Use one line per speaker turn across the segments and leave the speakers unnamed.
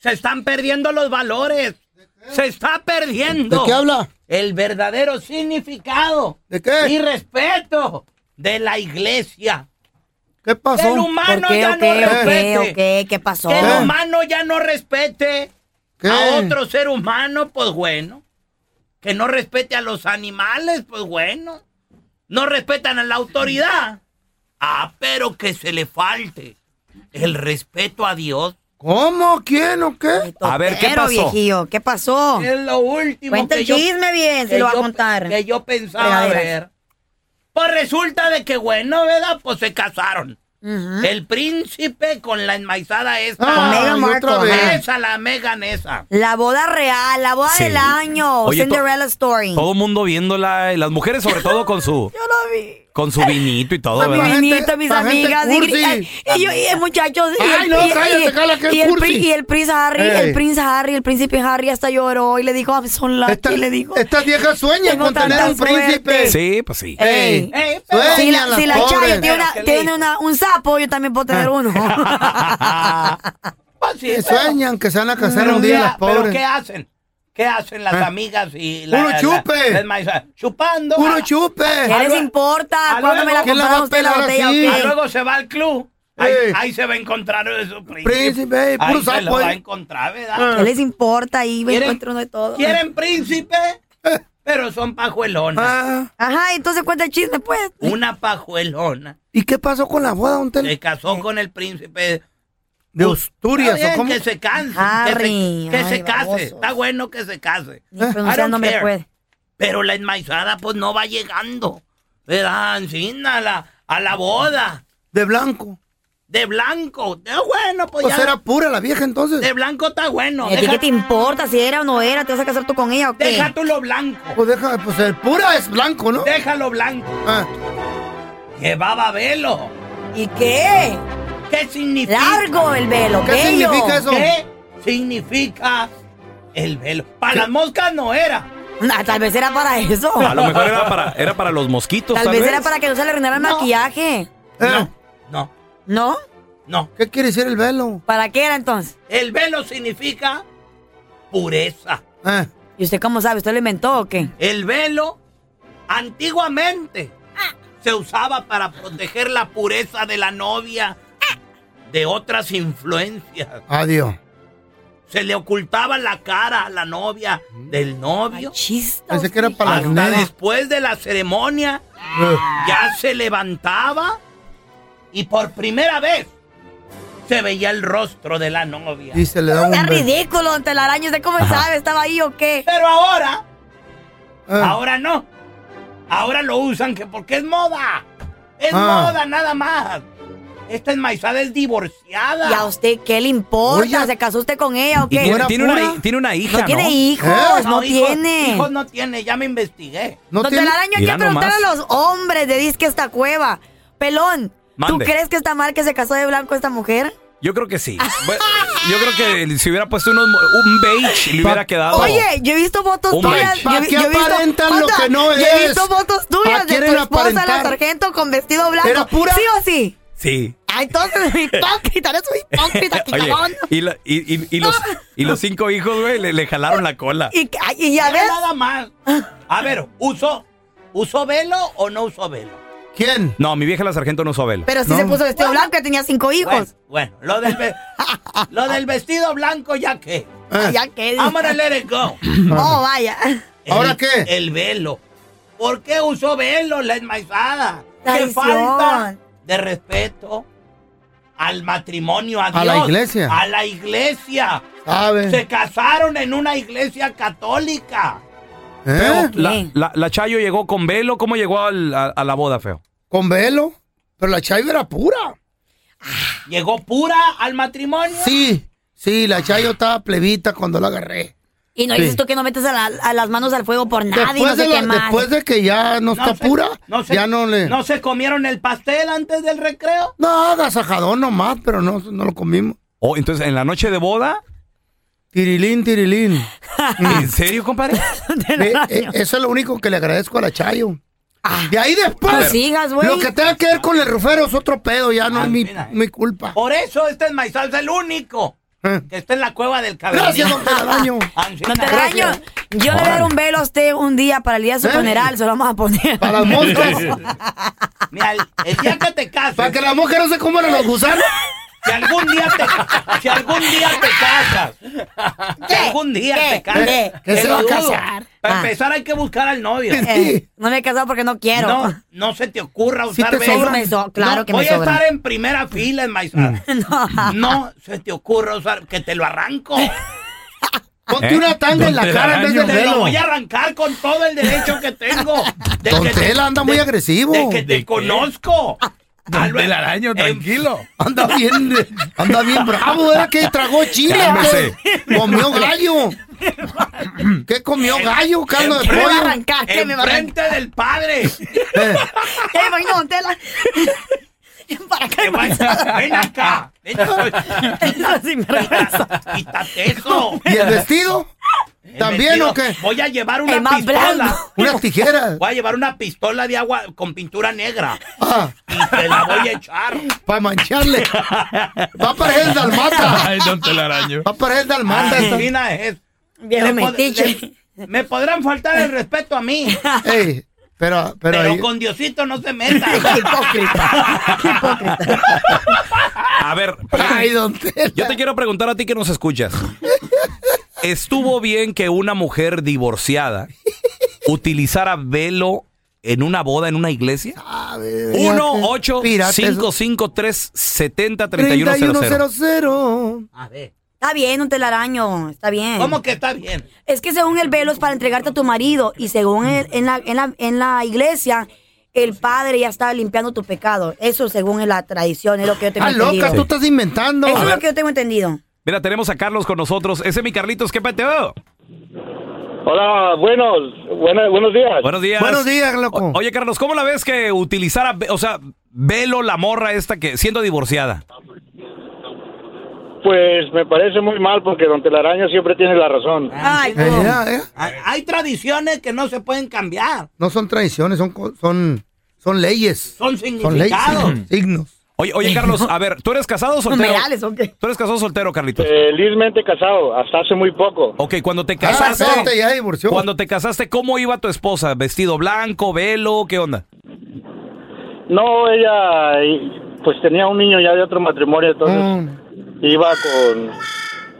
Se están perdiendo los valores. Se está perdiendo.
¿De qué habla?
El verdadero significado.
¿De qué?
Y respeto de la iglesia.
¿Qué pasó?
Que el
¿Por
humano
qué?
ya
¿O
no
qué? ¿O qué?
respete.
¿O qué? ¿Qué pasó?
Que
¿Qué?
el humano ya no respete
¿Qué?
a otro ser humano, pues bueno. Que no respete a los animales, pues bueno. No respetan a la autoridad. Ah, pero que se le falte el respeto a Dios.
¿Cómo? ¿Quién o qué?
A ver, ¿qué
Pero,
pasó?
viejillo, ¿qué pasó?
Es lo último
Cuenta
que
el
yo-
chisme bien,
que
si lo va a
yo-
contar.
Que yo pensaba
Fregaderas.
ver. Pues resulta de que, bueno, ¿verdad? Pues se casaron.
¿Mm?
El príncipe con la enmaizada esta.
Con
Ah,
Meghan
y otra
Markle,
vez.
ajá.
Esa, la Megan esa.
La boda real, la boda
Sí.
del año,
Oye, to-
Cinderella Story.
Todo el mundo viéndola, y las mujeres sobre todo con su,
Yo lo vi.
con su vinito y todo,
A mi
¿verdad?
gente-
vinito, mis
pa' gente
amigas. Y,
cursi.
gri- ay, y yo, y el muchacho. y
Ay,
el-
no,
y-
cállate,
y-
cala, que es
y el,
cursi. Eh.
pri- y el Prince Harry,
Ey.
el Prince Harry, el príncipe Harry hasta lloró y le dijo, "Ah, "I'm so lucky",
Esta-
le dijo.
Estas viejas sueñan
Tengo
con tener
tanta
un príncipe.
suerte.
Sí, pues sí.
Ey.
Ey, pero-
sueñan
Si la,
las
si la
pobres. Ah.
Chayo tiene, una-
Pero, ¿qué le
tiene una- un sapo, yo también puedo tener uno.
Pues sí,
Sí,
pero-
Sueñan que se van a casar
pero
un día
¿qué-
las
¿Pero
pobres.
qué hacen? ¿Qué hacen las
Ah.
amigas y
Puro
la,
chupe.
la- la enmaizada? Chupando.
¡Puro
a-
chupe!
¿Qué les
luego-
importa?
a
¿Cuándo me la
luego-
¿Quién la va
compraron
a
usted la
pelar
botella o
así?
qué?
Ah, luey. luego se va al club. Ahí,
Ey.
ahí se va a encontrar de su príncipe.
Príncipe, ey,
ahí
puro
se lo
sapo,
va a
ey.
encontrar, ¿verdad?
Ah.
¿Qué les importa? Ahí me
¿Quieren-
encuentro uno de todo.
Quieren príncipe, pero son pajuelonas.
Ah,
Ajá, entonces cuenta el chisme, pues.
Una pajuelona.
¿Y qué pasó con la boda don Tela?
Se casó con el príncipe.
de
Está
Asturias? ¿o
bien
cómo?
que se canse.
Harry,
que se, que
Ah, ay,
se case.
babosos.
Está bueno que se case.
Ni pronunciándome,
I don't care.
pues.
Pero la enmaizada, pues, no va llegando. ¿Verdad? Encina a la, a la boda.
De blanco.
De blanco. Está bueno, pues
Pues
ya.
era pura la vieja entonces.
De blanco está bueno.
¿Y a ti
Deja-
Eh, qué te importa si era o Ah, no era? ¿Te vas a casar tú con ella o qué?
deja tú lo blanco.
Pues deja, pues el pura es blanco, ¿no?
Déjalo blanco.
Ah,
Llevaba velo.
¿Y qué?
¿Qué significa?
Largo el velo,
¿Qué
bello.
significa eso?
¿Qué significa el velo? Para las moscas no era.
Nah, Ah, tal vez era para eso.
A lo mejor era para, era para los mosquitos, tal,
Tal vez era para que no se le arruinara el
No.
maquillaje.
Eh,
No,
¿No?
no.
¿Qué quiere decir el velo?
¿Para qué era entonces?
El velo significa pureza.
Ah,
¿Y usted cómo sabe? ¿Usted lo inventó o qué?
El velo antiguamente se usaba para proteger la pureza de la novia de otras influencias.
adiós.
Se le ocultaba la cara a la novia del novio.
Chista.
Pensé que era para las
Hasta
nenas.
después de la ceremonia
Eh,
ya se levantaba y por primera vez se veía el rostro de la novia.
Y se le da un
Está
beso.
ridículo, don Telaraño. ¿Usted cómo sabe? ¿Estaba ahí o qué?
Pero ahora,
Ah,
ahora no. Ahora lo usan que porque es moda. Es
Ah.
moda nada más. Esta enmaizada es divorciada.
¿Y a usted qué le importa?
Oye.
¿Se casó usted con ella o
Y
qué?
tiene,
¿No
tiene
era
una,
pura?
tiene una hija,
No
¿no?
tiene hijos,
¿Eh?
no,
hijos-
tiene.
Hijos no tiene, ya me investigué.
no
Don
tiene.
Telaraño, hay
Mira
que preguntar a
nomás.
los hombres de Disque esta cueva. Pelón, ¿tú
Mande.
crees que está mal que se casó de blanco esta mujer?
Yo creo que sí. Bueno, Yo creo que si hubiera puesto unos, mo- un beige, le hubiera quedado.
Oye, yo he visto fotos
Un
tuyas.
match.
yo he-
¿Para qué
yo he visto-
aparentan lo
Anda,
que no
Yo he
es?
visto fotos
¿Para
tuyas de tu
quieren
esposa, la
aparentar?
sargento, con vestido blanco.
¿Era pura?
¿Sí o sí?
Sí.
Ay, entonces, hipócrita, eres un hipócrita,
Oye,
quijadón.
y, la- y- y- y los, y los cinco hijos, güey, le, le jalaron la cola.
Y, ay, y ya
Ya
ves,
Nada más. A ver, ¿usó, ¿usó velo o no usó velo?
¿Quién?
No, mi vieja la sargento no usó velo.
pero si
No.
se puso vestido blanco, ya tenía cinco hijos.
Bueno, bueno, lo, del ve- lo del vestido blanco ya que.
Eh,
Ah, Ya que,
I'm gonna let it go.
oh, vaya.
El-
¿Ahora qué?
El velo. ¿Por qué usó velo la enmaizada? ¡Qué
Traición.
falta de respeto al matrimonio, a,
A la
Dios,
iglesia.
A la iglesia. Se
¿Sabe?
casaron en una iglesia católica.
¿Eh?
La, la- la Chayo llegó con velo. ¿Cómo llegó al- a, a la boda, feo?
Con velo. Pero la chaiva era pura.
Ah. Llegó pura al matrimonio.
Sí. Sí, la Chayo estaba plebita cuando la agarré.
Y no
Sí.
dices tú que no metes a, la- a las manos al fuego por nadie,
después,
no sé
de
qué
la-
más.
después de que ya no, está
se-
pura,
se-
ya no le...
¿No se comieron el pastel antes del recreo?
No, agasajadón nomás, pero no, no lo comimos.
Oh, entonces, en la noche de boda,
Tirilín, tirilín.
¿en serio, compadre?
Ve, eh, eso es lo único que le agradezco a la Chayo.
Ah,
De ahí después,
No sigas, güey.
lo que tenga que ver con el rufero es otro pedo, ya no
Ah,
es mi,
mira.
mi culpa.
Por eso este es Maizal, es el único
Eh.
que está en la cueva del Ah, cabello.
Gracias, don Telaraño.
no te
Gracias.
daño. Yo le voy a dar un velo a usted un día para el día de su
¿Eh?
funeral, se lo vamos a poner.
Para las moscas.
Mira, el, el día que te cases,
Para que las moscas no se coman a los gusanos.
si algún día te, si algún día te casas, si algún día
Eh,
te
¿Qué?
casas,
¿Qué
que
se
lo
va a
dudo.
casar?
Para
Ah.
empezar hay que buscar al novio.
Eh, no me he casado porque no quiero.
No, no se te ocurra
Sí
usar
te
velo.
sobran.
Me so- claro
No,
que me
voy a
sobran.
estar en primera fila en Maizal. No. se te ocurra usar, que te lo arranco.
Ponte
¿Eh?
una tanga en la
Don
cara en vez de
Telaraño.
un
Te lo
velo.
voy a arrancar con todo el derecho que tengo. De
Don
que te-
Tela anda muy agresivo.
De que te conozco. Ah, luego-
araño, tranquilo.
Anda bien, anda bien bravo, era que tragó chile.
Cálmese.
¿qué? Comió gallo. ¿Qué comió
Eh,
em,
gallo, caldo de
Me va a
pollo?
arrancar, que me va a arrancar.
Enfrente del padre.
Eh,
Ya me imagino, don Tela. para acá,
Que vaya- Ven acá. Ven acá.
Así me regresa.
Quítate eso.
¿Y el vestido?
El
¿También
vestido-
o qué?
Voy a llevar una
Eh, El más
pistola.
blando.
Unas tijeras.
Voy a llevar una pistola de agua con pintura negra.
Ah,
Y te la voy a echar.
para mancharle. Va a parecer dalmata.
Ay, don telaraño.
Va a parecer dalmata. esta.
Adivina Ah, es.
Viejo
Me pod-
metiche.
le- Me podrán faltar el respeto a mí.
Ey, pero, pero,
Pero,
ahí-
con Diosito no se metan.
A ver,
Ay, don Tela.
yo te quiero preguntar a ti que nos escuchas. ¿Estuvo bien que una mujer divorciada utilizara velo en una boda en una iglesia?
A ver, Ah, fíjate. Pirata, eso.
1-855-370-3100.
3100.
A ver.
Está bien, un telaraño, está bien.
¿Cómo que está bien?
Es que según el velo es para entregarte a tu marido y según el- en, la, en, la, en la iglesia, el padre ya está limpiando tu pecado. Eso según la tradición, es lo que yo tengo
Ah,
entendido.
loca, tú estás inventando.
Eso es lo que yo tengo entendido.
Mira, tenemos a Carlos con nosotros. Ese es mi Carlitos, ¿qué Oh. peteo?
Hola, buenos, buena- buenos días.
Buenos días.
Buenos días, loco.
O- Oye, Carlos, ¿cómo la ves que utilizara, ve- o sea, velo la morra esta que siendo divorciada?
Pues me parece muy mal porque Don Telaraño siempre tiene la razón.
Ay,
Eh,
tú.
ya, ya.
Ah, Hay, hay tradiciones que no se pueden cambiar.
No son tradiciones, son, co- son, son leyes.
Son
Son leyes,
significados.
signos.
Oye, oye, Carlos, a ver, ¿tú eres casado o soltero?
Numerales, ¿o qué?
¿Tú eres casado o soltero, Carlitos?
Felizmente casado, hasta hace muy poco.
Ok, cuando te
Ah,
casaste,
espérate, ya divorció.
cuando te casaste, ¿cómo iba tu esposa? ¿Vestido blanco, velo, qué onda?
No, ella y- pues tenía un niño ya de otro matrimonio, entonces
Mm,
iba con,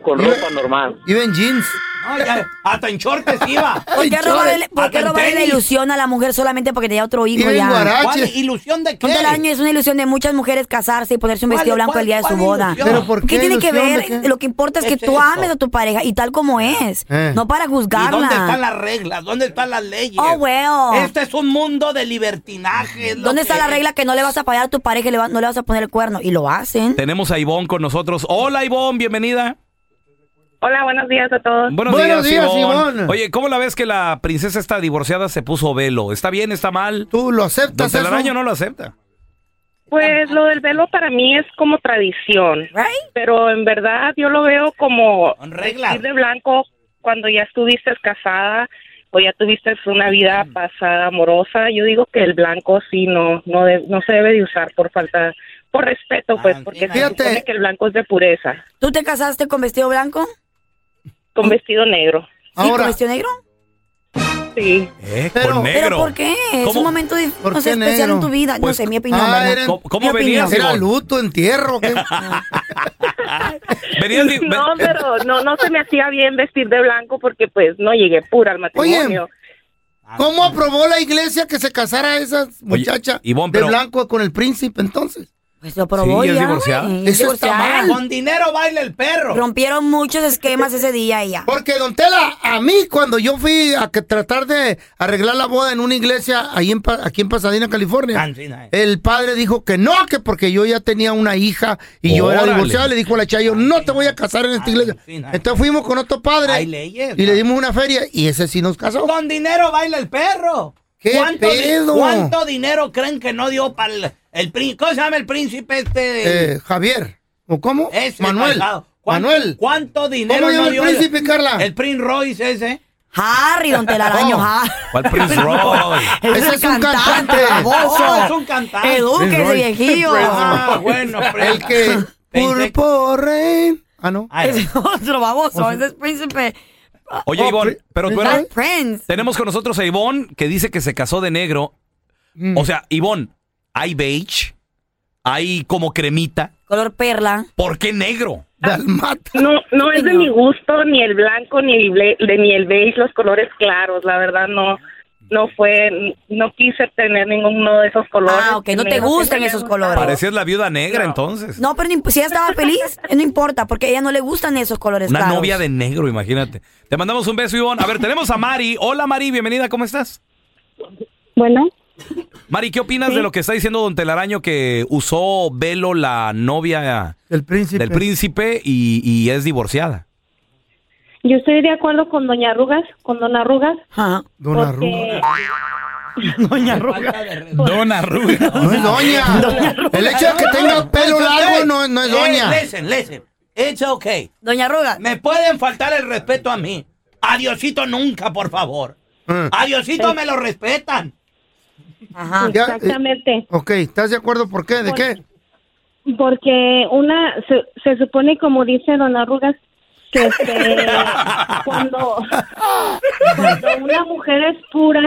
con
Iba-
ropa normal.
iba en jeans.
No, ya, hasta en shortes iba.
¿Por qué
Ay,
robarle, por qué
Hasta en
robarle la
tenis.
ilusión a la mujer solamente porque tenía otro hijo
Iba en
ya?
¿Cuál
guarache.
ilusión de qué?
Un telaraño es una ilusión de muchas mujeres casarse y ponerse un
¿Cuál-
vestido blanco
cuál-
el día de su
cuál
boda.
ilusión?
Pero ¿por qué?
tiene que
ilusión de
ver?
qué?
Lo que importa es
¿Qué
que
es
tú
eso?
ames a tu pareja y tal como es.
Eh.
No para
¿Y
juzgarla.
dónde están las reglas? ¿Dónde están las leyes?
Oh, well.
Este es un mundo de libertinaje. es lo
¿Dónde está
que
la
es.
regla que no le vas a pagar a tu pareja y le va- no le vas a poner el cuerno? Y lo hacen.
Tenemos a Ivonne con nosotros. Hola, Ivonne, bienvenida.
Hola, buenos días a todos.
Buenos,
Buenos días, Ivonne.
Oye, ¿cómo la ves que la princesa esta divorciada se puso velo? ¿Está bien, está mal?
¿Tú lo
Don
aceptas eso?
Telaraño no lo acepta.
Pues lo del velo para mí es como tradición,
Right?
pero en verdad yo lo veo como
Son reglas.
vestir de blanco cuando ya estuviste casada o ya tuviste una vida pasada amorosa. Yo digo que el blanco sí no no de- no se debe de usar por falta por respeto, pues,
Ah,
porque se
fíjate.
supone que el blanco es de pureza,
¿Tú te casaste con vestido blanco?
con vestido negro.
¿Y con
Ahora,
vestido negro?
Sí.
Eh,
Pero-
con negro.
¿Pero por qué? Es
¿Cómo?
un momento di-
¿Por
no sé,
qué
especial
negro?
en tu vida.
Pues,
no sé, mi opinión.
ah,
¿verdad?
eran-
¿Cómo- cómo
Mi opinión.
venías?
era
Ivonne.
luto, entierro. ¿qué?
Venías di- ven-
No, pero no no se me hacía bien vestir de blanco porque pues no llegué pura al matrimonio.
¿Cómo aprobó la iglesia que se casara esa muchacha
Ivonne,
de
pero-
blanco con el príncipe entonces?
Pues lo probó
Sí, ¿y es
ya,
divorciada?
güey,
Eso está
divorciada.
mal.
Con dinero baila el perro.
Rompieron muchos esquemas ese día y ya.
Porque, don Tela, a mí cuando yo fui a que tratar de arreglar la boda en una iglesia ahí en, Pa- aquí en Pasadena, California,
Cancina, eh.
el padre dijo que no, que porque yo ya tenía una hija y yo era
Órale.
divorciada, le dijo a la Chayo, no te voy a casar en esta iglesia.
Cancina, eh.
Entonces fuimos con otro
Hay
padre
leyes,
y le
¿no?
dimos una feria y ese sí nos casó.
Con dinero baila el perro.
¿Qué
¿Cuánto, di-
pedo?
cuánto dinero creen que no dio para el, el prín- ¿Cómo se llama el príncipe este?
Eh, Javier, ¿o cómo?
Ese
Manuel.
pasado. ¿Cuánto,
Manuel.
¿Cuánto dinero
¿Cómo llama
no
el
dio?
príncipe, Carla?
El Prince Royce ese. Oh,
Harry, don Telaraño, Harry.
¿Cuál Prince Roy?
Ese es un cantante.
baboso.
Oh, es un cantante.
Edúquese, viejillo.
Ah, bueno,
El que...
Pensé-
Purple Rain. Ah, no.
Ay,
Es otro baboso, ese es príncipe.
Oye, Ivonne, pero tú
Black
eras...
Prince.
Tenemos con nosotros a Ivonne, que dice que se casó de negro.
Mm.
O sea, Ivonne, hay beige, hay como cremita.
Color perla.
¿Por qué negro?
Dalmata.
No, no es de
Señor.
mi gusto ni el blanco ni el, ble- de- ni el beige, los colores claros, la verdad no. No fue, no quise tener ninguno de esos colores.
Ah, ok, no
Me-
te
siempre
gustan
me ha
esos
gustado.
colores.
Parecías la viuda negra entonces.
No, pero no imp- si ella estaba feliz, no importa, porque a ella no le gustan esos colores
Una
claros.
novia de negro, imagínate. Te mandamos un beso, Ivonne. A ver, tenemos a Mari. Hola, Mari, bienvenida, ¿cómo estás?
Bueno,
Mari, ¿qué opinas de lo que está diciendo Don Telaraño que usó velo la novia
El príncipe.
del príncipe y, y es divorciada?
yo estoy de acuerdo con Doña Arrugas, con Don Arrugas,
Ajá.
Don
porque
Dona Rubia.
No es doña. El hecho de que tenga pelo largo no, es- no es
Eh,
doña.
listen, listen. It's okay.
Doña Ruga.
Me pueden faltar el respeto a mí. Adiosito nunca, por favor.
Mm.
Adiosito me lo respetan.
Ajá.
Ya, eh,
exactamente,
ok, ¿estás de acuerdo por qué? ¿De qué?
porque una se, se supone como dice Don Arrugas que este, cuando cuando una mujer es pura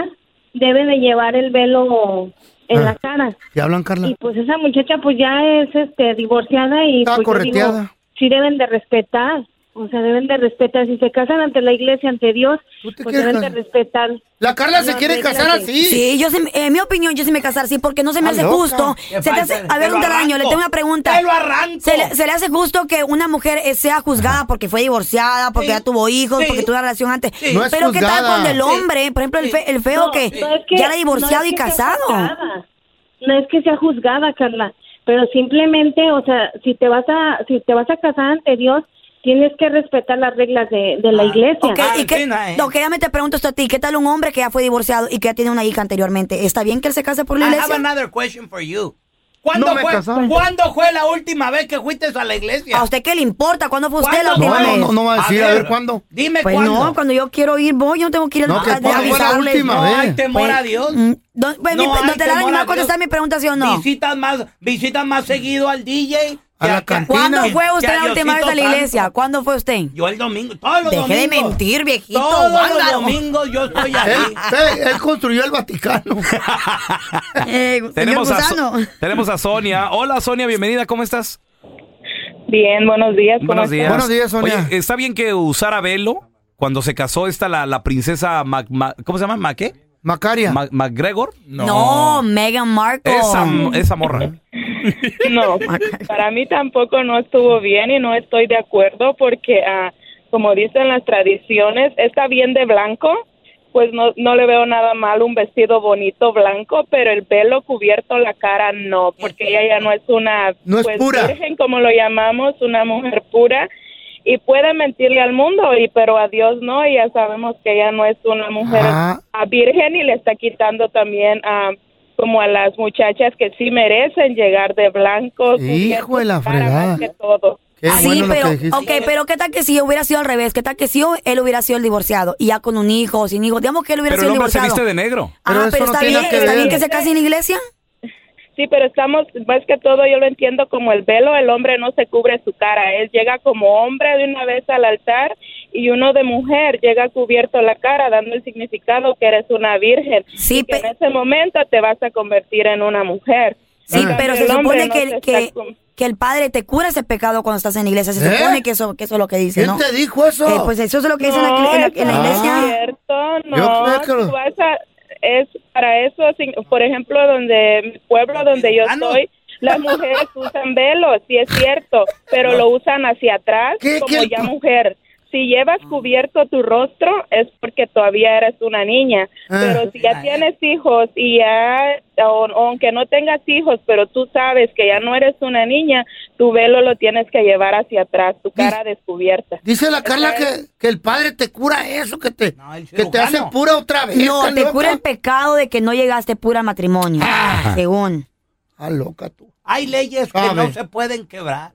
debe de llevar el velo en
Ah.
la cara.
¿Te hablan, Carla?
Y pues esa muchacha pues ya es este divorciada y
Está
pues, yo digo,
correteada.
sí deben de respetar, o sea, deben de respetar si se casan ante la iglesia, ante Dios,
¿Tú te
pues
quieres
deben de
casar?
respetar.
La Carla se
No,
quiere
no,
casar
claro que-
así.
Sí, yo sí, en mi opinión, yo sí me casar, sí, porque no se me
Ah,
hace
loca.
justo.
Te
Se te
falta-
hace- a
te
ver,
lo
un
arranco.
telaño, le tengo una pregunta.
Te lo arranco.
¿Se le, se le hace justo que una mujer eh, sea juzgada porque fue divorciada, porque
Sí.
ya tuvo hijos,
Sí.
porque tuvo una relación antes?
Sí. No
es
Pero ¿qué tal
juzgada.
con el hombre? Por ejemplo, el, fe- el feo
No,
que
no es que-
ya era
no
divorciado
es
y
que sea
casado.
juzgada. No es que sea juzgada, Carla, pero simplemente, o sea, si te vas a si te vas a casar ante Dios, tienes que respetar las reglas de, de la iglesia.
Ok,
Ah,
y que,
Argentina, eh.
ok, ya me te pregunto esto a ti, ¿qué tal un hombre que ya fue divorciado y que ya tiene una hija anteriormente? ¿Está bien que él se case por la
I
iglesia?
have another question for you. ¿Cuándo,
No me
fue,
casaron.
¿Cuándo fue la última vez que fuiste a la iglesia?
¿A usted qué le importa? ¿Cuándo fue usted la
¿Cuándo
última
No,
fue?
vez?
no, no, no va a decir, a ver, ¿cuándo?
Dime
Pues
cuándo.
no, cuando yo quiero ir voy, yo no tengo que ir
No,
a,
que
a-
cuándo fue la
avisarles.
última
No
vez.
hay temor
Pues,
a Dios.
mm, don- pues, mi-
No hay
don Telaraño,
temor
¿me va
a
a contestar mi pregunta sí o no?
Visitas más, visitas más seguido al DJ.
A
que
la
que-
cantina.
¿Cuándo
que-
fue
que
usted la última vez
Diosito
a la
Santo.
iglesia? ¿Cuándo fue usted?
Yo el domingo, todos los
Deje de
domingos.
mentir, viejito,
Todos
vándalo.
los domingos yo estoy ahí.
Él, eh, él construyó el Vaticano.
Tenemos a, So- tenemos a Sonia. Hola, Sonia, bienvenida, ¿cómo estás?
Bien, buenos días. ¿cómo
Buenos
están?
días.
Buenos días, Sonia.
Oye, ¿está bien que usara velo cuando se casó esta la, la princesa Mac- Ma- ¿cómo se llama? ¿Ma qué?
Macaria.
Ma- ¿MacGregor?
No, Meghan Markle.
Esa, esa morra.
No, para mí tampoco no estuvo bien y no estoy de acuerdo porque, ah, como dicen las tradiciones, está bien de blanco, pues no, no le veo nada mal un vestido bonito blanco, pero el velo cubierto la cara no, porque ella ya no es una
No es
pues,
pura.
virgen, como lo llamamos, una mujer pura. Y puede mentirle al mundo, y pero a Dios no, y ya sabemos que ella no es una mujer
Ah.
a virgen y le está quitando también ah, a como a las muchachas que sí merecen llegar de blanco.
Hijo
cubiertos,
de la
cara
fregada.
más que todo.
Qué
Ah, sí,
bueno lo
pero,
que dijiste.
ok, pero ¿qué tal que si hubiera sido al revés? ¿Qué tal que si él hubiera sido el divorciado? Y ya con un hijo o sin hijo. Digamos que él hubiera
Pero
sido
el
el
hombre se
divorciado.
viste de negro.
Ajá,
Pero
pero,
eso no
está,
tiene
bien,
nada que
¿está
ver.
bien que se case en la iglesia?
Sí, pero estamos, más que todo, yo lo entiendo como el velo, el hombre no se cubre su cara, él llega como hombre de una vez al altar y uno de mujer llega cubierto la cara, dando el significado que eres una virgen.
Sí,
y que
pe-
en ese momento te vas a convertir en una mujer.
Sí,
En cambio,
pero
el
se supone
hombre no
que,
se
el-
está
que,
cum-
que el padre te cura ese pecado cuando estás en la iglesia. Se
¿Eh?
supone que eso, que eso es lo que dice, ¿no?
¿Quién te dijo eso? Ah,
Eh, pues eso es lo que dice en la-
No,
en la,
eso
en la
no es
iglesia.
cierto, no.
Yo creo que lo-
Tú vas a- es para eso, sin- por ejemplo, donde mi pueblo, donde yo
Ah, no.
soy, Las mujeres usan velos, sí es cierto, pero lo usan hacia atrás
¿Qué,
como
qué?
ya mujer. Si llevas cubierto tu rostro es porque todavía eres una niña,
Ah.
pero si ya tienes hijos y ya, o- o aunque no tengas hijos, pero tú sabes que ya no eres una niña, tu velo lo tienes que llevar hacia atrás, tu cara descubierta.
Dice la Carla que, que el padre te cura eso, que te,
No, el
que te
cirujano.
hace pura otra vez.
No,
está
te
loca.
cura el pecado de que no llegaste pura al matrimonio. Según.
Ah, loca tú.
Hay leyes que
Sabe.
no se pueden quebrar.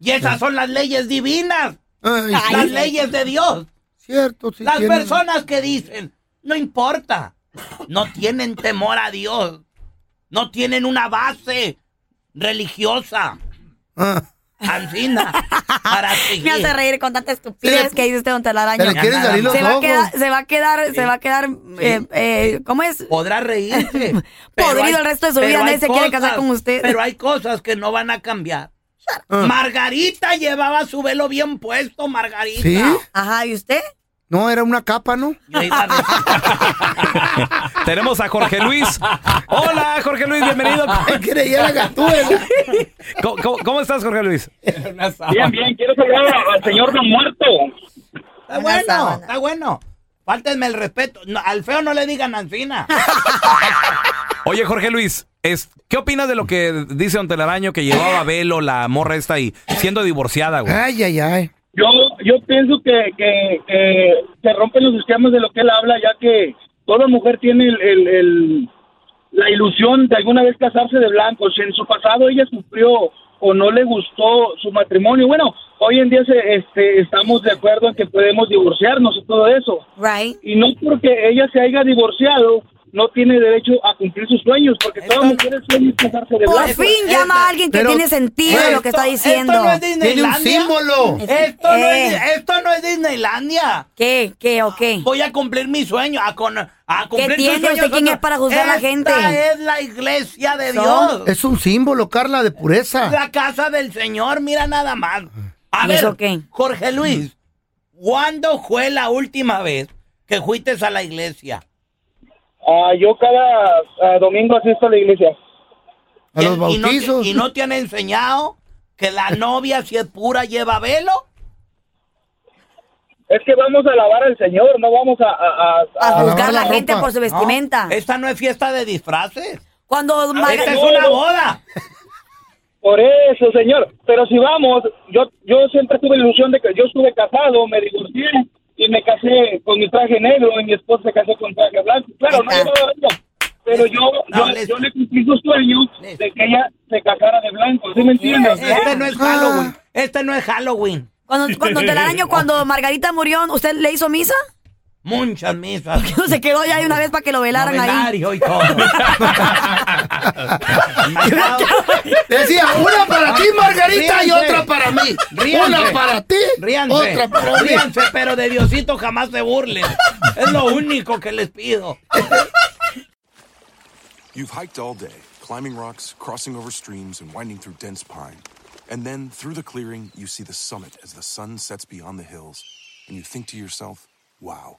Y esas son las leyes divinas,
Ay, sí,
las leyes de Dios.
Cierto, sí.
Las
tiene-
personas que dicen, no importa, no tienen temor a Dios, no tienen una base religiosa,
Ah,
Ancina, para
Me hace
seguir.
reír con tanta estupidez
Sí.
que dice este don Telaraño.
se le quieren salir los
Se va, a
ojos.
quedar, se va a quedar, se va a quedar, eh, eh, ¿cómo es?
Podrá reírse. pero
Podrido
hay-
el resto de su
pero
vida,
hay
nadie se quiere casar con usted.
Pero hay cosas que no van a cambiar.
Ah.
Margarita llevaba su velo bien puesto, Margarita.
¿Sí?
Ajá, ¿y usted?
No, era una capa, ¿no?
Yo iba a decir-
Tenemos a Jorge Luis. Hola, Jorge Luis, bienvenido.
Él creía la gatúbela.
¿Cómo, cómo- cómo estás, Jorge Luis?
Bien, bien, quiero saludar a- al señor no muerto.
Está
Una
bueno,
sábana.
está bueno. Fáltenme el respeto. No, al feo no le digan Ancina.
Oye, Jorge Luis, es, ¿qué opinas de lo que dice Don Telaraño que llevaba velo la morra esta ahí, siendo divorciada, güey?
Ay, ay, ay.
Yo, yo pienso que, que, que se rompen los esquemas de lo que él habla, ya que toda mujer tiene el, el- el- la ilusión de alguna vez casarse de blanco. Si en su pasado ella sufrió o no le gustó su matrimonio, bueno, hoy en día se- este, estamos de acuerdo en que podemos divorciarnos y todo eso.
Right.
y no porque ella se haya divorciado no tiene derecho a cumplir sus sueños porque todas mujeres sueñan casarse de
Por
blanco.
fin llama a alguien que
pero-
tiene sentido lo que está diciendo.
Esto no es
Tiene un
Disneylandia.
símbolo.
Esto, no es,
Eh.
esto no es Disneylandia.
¿Qué? ¿Qué o qué?
Voy a cumplir mi sueño. A, con, a cumplir tus
tiene?
sueños
¿Usted quién
otro-
es para juzgar a la gente?
Esta es la iglesia de
Son-
Dios.
Es un símbolo, Carla, de pureza.
La casa del Señor, mira nada más. A
¿Y
ver,
eso qué?
Jorge Luis,
Mm.
¿cuándo fue la última vez que fuiste a la iglesia?
Ah, yo cada ah, domingo asisto a la iglesia.
A los
¿Y- y no te-
bautizos.
¿Y no te han enseñado que la novia, si es pura, lleva velo?
Es que vamos a alabar al Señor, no vamos a... a- a-
A
a-
juzgar a
lavar
la
la
gente
ropa.
por su vestimenta.
Esta no es fiesta de disfraces. Ah,
Cuando
Esta
Marga-
es una boda.
por eso, Señor. Pero si vamos, yo yo siempre tuve la ilusión de que yo estuve casado, me divorcié y me casé con mi traje negro y mi esposa se casó con traje blanco. Claro, no
Ahí está.
llevaba velo, Pero yo,
No,
yo,
les-
yo le cumplí sus sueños de que ella se casara de blanco, ¿sí me entiendes?
Este no es Halloween. Este no es Halloween.
Ah. cuando, cuando te la daño, cuando Margarita murió, ¿usted le hizo misa?
Muchas misas.
Se quedó ya de una vez para que lo velaran ahí.
Novenario y todo.
Decía, una para ti, Margarita, y
Ríanse.
otra para mí.
Ríanse.
Una para ti,
Ríanse,
otra para mí.
ríanse, pero de Diosito jamás se burlen. Es lo único que les pido.
You've hiked all day, climbing rocks, crossing over streams, and winding through dense pine. And then, through the clearing, you see the summit as the sun sets beyond the hills, and you think to yourself, wow,